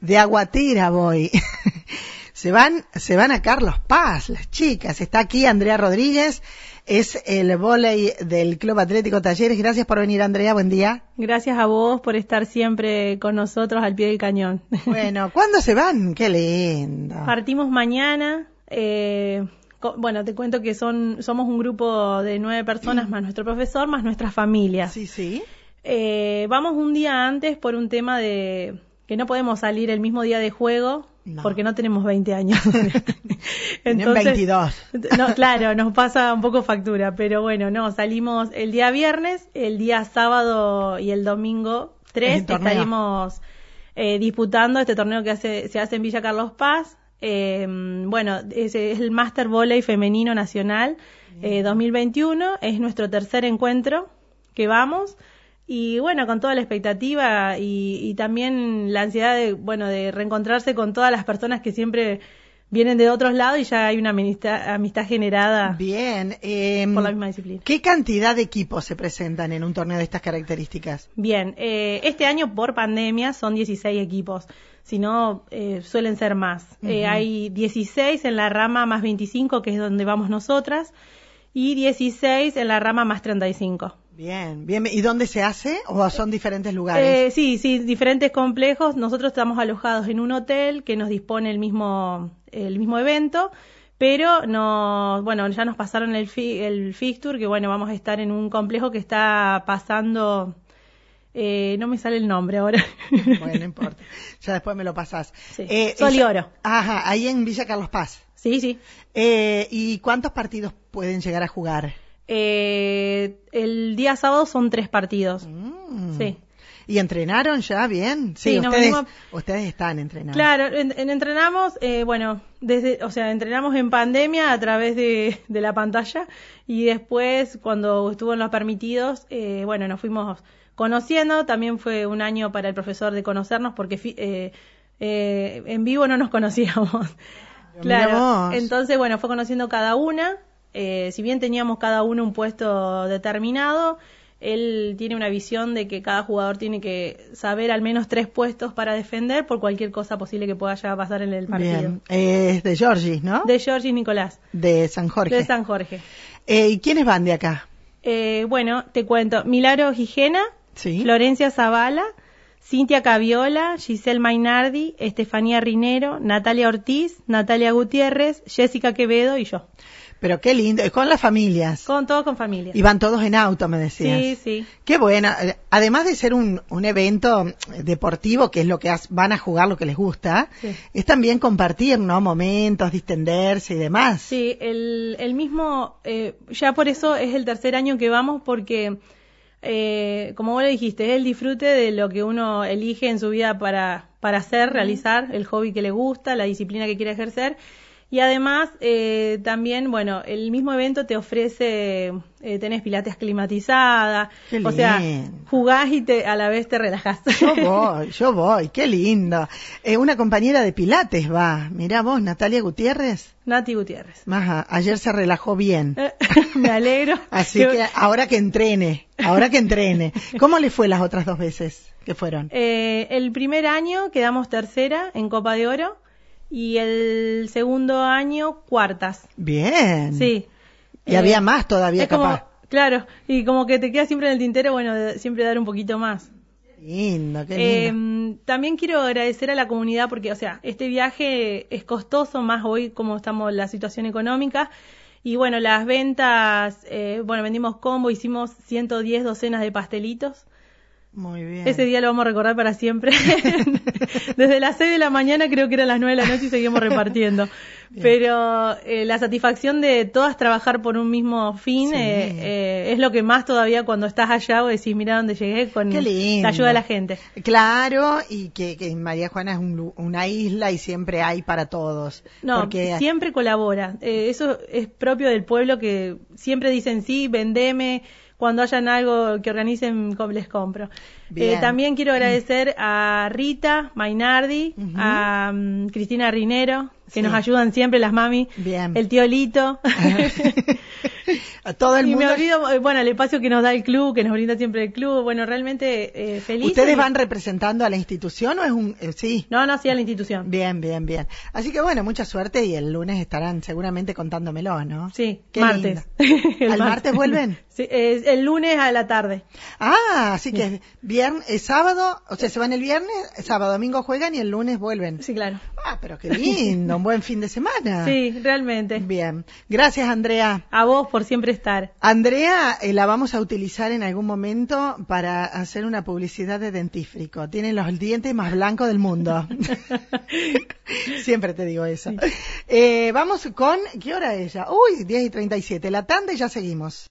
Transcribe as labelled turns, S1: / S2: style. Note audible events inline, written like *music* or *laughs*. S1: de Aguatira voy. *laughs* se van, se van a Carlos Paz, las chicas. Está aquí Andrea Rodríguez, es el volei del Club Atlético Talleres. Gracias por venir, Andrea. Buen
S2: *laughs*
S1: día.
S2: Gracias a vos por estar siempre con nosotros al pie del cañón.
S1: Bueno, ¿cuándo se van? Qué lindo.
S2: *laughs* Partimos mañana. Eh, bueno, te cuento que son, somos un grupo de nueve personas más nuestro profesor, más nuestras familias.
S1: Sí, sí.
S2: *laughs* Eh, vamos un día antes por un tema de que no podemos salir el mismo día de juego
S1: No.
S2: porque no tenemos 20 años.
S1: *laughs* Tienen 22. *laughs*
S2: No, claro, nos pasa un poco factura, pero bueno, no, salimos el día viernes, el día sábado y el domingo 3
S1: El torneo.
S2: estaremos eh, disputando este torneo que hace, se hace en Villa Carlos Paz. Eh, bueno, es, es el Master Volley Femenino Nacional eh, 2021, es nuestro tercer encuentro que vamos. Y bueno, con toda la expectativa y, y también la ansiedad de, bueno, de reencontrarse con todas las personas que siempre vienen de otros lados y ya hay una amistad, amistad generada
S1: Bien. eh,
S2: ah, por la misma disciplina.
S1: ¿Qué cantidad de equipos se presentan en un torneo de estas características?
S2: Bien, eh, este año por pandemia son 16 equipos, si no eh, suelen ser más. Eh, hay 16 en la rama más 25, que es donde vamos nosotras, y 16 en la rama más 35.
S1: Bien, bien. ¿Y dónde se hace? ¿O son diferentes
S2: Eh,
S1: lugares?
S2: sí, sí, diferentes complejos. Nosotros estamos alojados en un hotel que nos dispone el mismo, el mismo evento, pero no, bueno, ya nos pasaron el, fi- el fixture, que bueno, vamos a estar en un complejo que está pasando, eh, no me sale el nombre ahora.
S1: Bueno,
S2: *laughs*
S1: no importa. Ya después me lo pasás. Eh,
S2: Sí. Sol y
S1: esa-
S2: Oro.
S1: Ajá, ahí en Villa Carlos Paz.
S2: sí, sí.
S1: Eh, ¿Y cuántos partidos pueden llegar a jugar?
S2: Eh, el día sábado son tres partidos.
S1: Mm.
S2: Sí.
S1: ¿Y entrenaron ya bien?
S2: Sí, nos
S1: ustedes,
S2: venimos-
S1: ustedes están entrenando.
S2: Claro, en- en- entrenamos, eh, bueno, desde, o sea, entrenamos en pandemia a través de, de la pantalla y después, cuando estuvo en los permitidos, eh, bueno, nos fuimos conociendo. También fue un año para el profesor de conocernos porque fi- eh, eh, en vivo no nos conocíamos.
S1: Mira
S2: Claro.
S1: vos.
S2: Entonces, bueno, fue conociendo cada una. Eh, si bien teníamos cada uno un puesto determinado, él tiene una visión de que cada jugador tiene que saber al menos tres puestos para defender por cualquier cosa posible que pueda ya pasar en el partido.
S1: Bien. Eh, es de Georgis, ¿no?
S2: De George y Nicolás,
S1: De San Jorge.
S2: de San Jorge.
S1: Eh, ¿Y quiénes van de acá?
S2: Eh, bueno, te cuento. Milagro Gijena,
S1: Sí.
S2: Florencia Zavala, Cintia Caviola, Giselle Mainardi, Estefanía Rinero, Natalia Ortiz, Natalia Gutiérrez, Jessica Quevedo y yo.
S1: Pero qué lindo. eh, Con las familias.
S2: Con todo con familia.
S1: Y van todos en auto, me decías.
S2: Sí, sí.
S1: Qué bueno. Eh, Además de ser un, un evento deportivo, que es lo que has- van a jugar, lo que les gusta,
S2: Sí.
S1: es también compartir, ¿no? Momentos, distenderse y demás.
S2: Sí, el, el mismo, eh, ya por eso es el tercer año que vamos porque, eh, como vos lo dijiste, es el disfrute de lo que uno elige en su vida para, para hacer, realizar, el hobby que le gusta, la disciplina que quiere ejercer. Y además, eh, también, bueno, el mismo evento te ofrece, eh, tenés pilates climatizadas,
S1: Qué
S2: o sea,
S1: lindo.
S2: jugás y te, a la vez te relajás.
S1: Yo voy, yo voy, qué lindo. Eh, una compañera de Pilates va, mirá vos, Natalia Gutiérrez.
S2: *laughs* Nati Gutiérrez. *laughs*
S1: Maja, ayer se relajó bien.
S2: Eh, Me alegro.
S1: Así que ahora que entrene, ahora que entrene. ¿Cómo le fue las otras dos veces que fueron?
S2: Eh, el primer año quedamos tercera en Copa de Oro y el segundo año cuartas.
S1: Bien.
S2: Sí.
S1: Y
S2: Eh,
S1: había más todavía,
S2: es como-
S1: capaz.
S2: claro, y como que te queda siempre en el tintero, bueno, de- siempre dar un poquito más.
S1: Lindo, qué lindo.
S2: Eh, también quiero agradecer a la comunidad porque, o sea, este viaje es costoso, más hoy como estamos en la situación económica. Y bueno, las ventas, eh, bueno, vendimos combo, hicimos 110 docenas de pastelitos.
S1: Muy bien.
S2: Ese día lo vamos a recordar para siempre. *laughs* Desde las 6 de la mañana creo que eran las 9 de la noche y
S1: *laughs*
S2: seguimos repartiendo. Pero eh, la satisfacción de todas trabajar por un mismo fin
S1: Sí.
S2: eh, eh, es lo que más todavía cuando estás allá vos decís, mira dónde llegué con
S1: Qué lindo.
S2: la ayuda de la gente.
S1: Claro, y que, que María Juana es un lu- una isla y siempre hay para todos.
S2: No,
S1: porque
S2: siempre colabora. Eh, eso es propio del pueblo que siempre dicen sí, vendeme. Cuando hayan algo que organicen, com- les compro.
S1: Bien.
S2: Eh, también quiero agradecer a Rita Mainardi, a mm, Cristina Rinero, que nos ayudan siempre las mami,
S1: Bien.
S2: el tío Lito.
S1: A *laughs* todo el
S2: *laughs* y me
S1: mundo.
S2: olvido, eh, bueno, el espacio que nos da el club, que nos brinda siempre el club. Bueno, realmente eh, feliz.
S1: ¿Ustedes van representando a la institución o es un.? eh, sí.
S2: No, no, sí, a la institución.
S1: Bien, bien, bien. Así que bueno, mucha suerte y el lunes estarán seguramente contándomelo, ¿no?
S2: Sí,
S1: Qué
S2: martes.
S1: lindo.
S2: *laughs* El
S1: ¿Al martes vuelven?
S2: *laughs* Sí, es el lunes a la tarde.
S1: Ah, así que es viernes, es sábado, o sea, se van el viernes, sábado, domingo juegan y el lunes vuelven.
S2: Sí, claro.
S1: Ah, pero qué lindo, un buen fin de semana.
S2: Sí, realmente.
S1: Bien. Gracias, Andrea.
S2: A vos por siempre estar.
S1: Andrea, eh, la vamos a utilizar en algún momento para hacer una publicidad de dentífrico. Tiene los dientes más blancos del mundo. Siempre te digo eso. Eh, vamos con, ¿qué hora es ya? Uy, 10 y 37. La tanda y ya seguimos.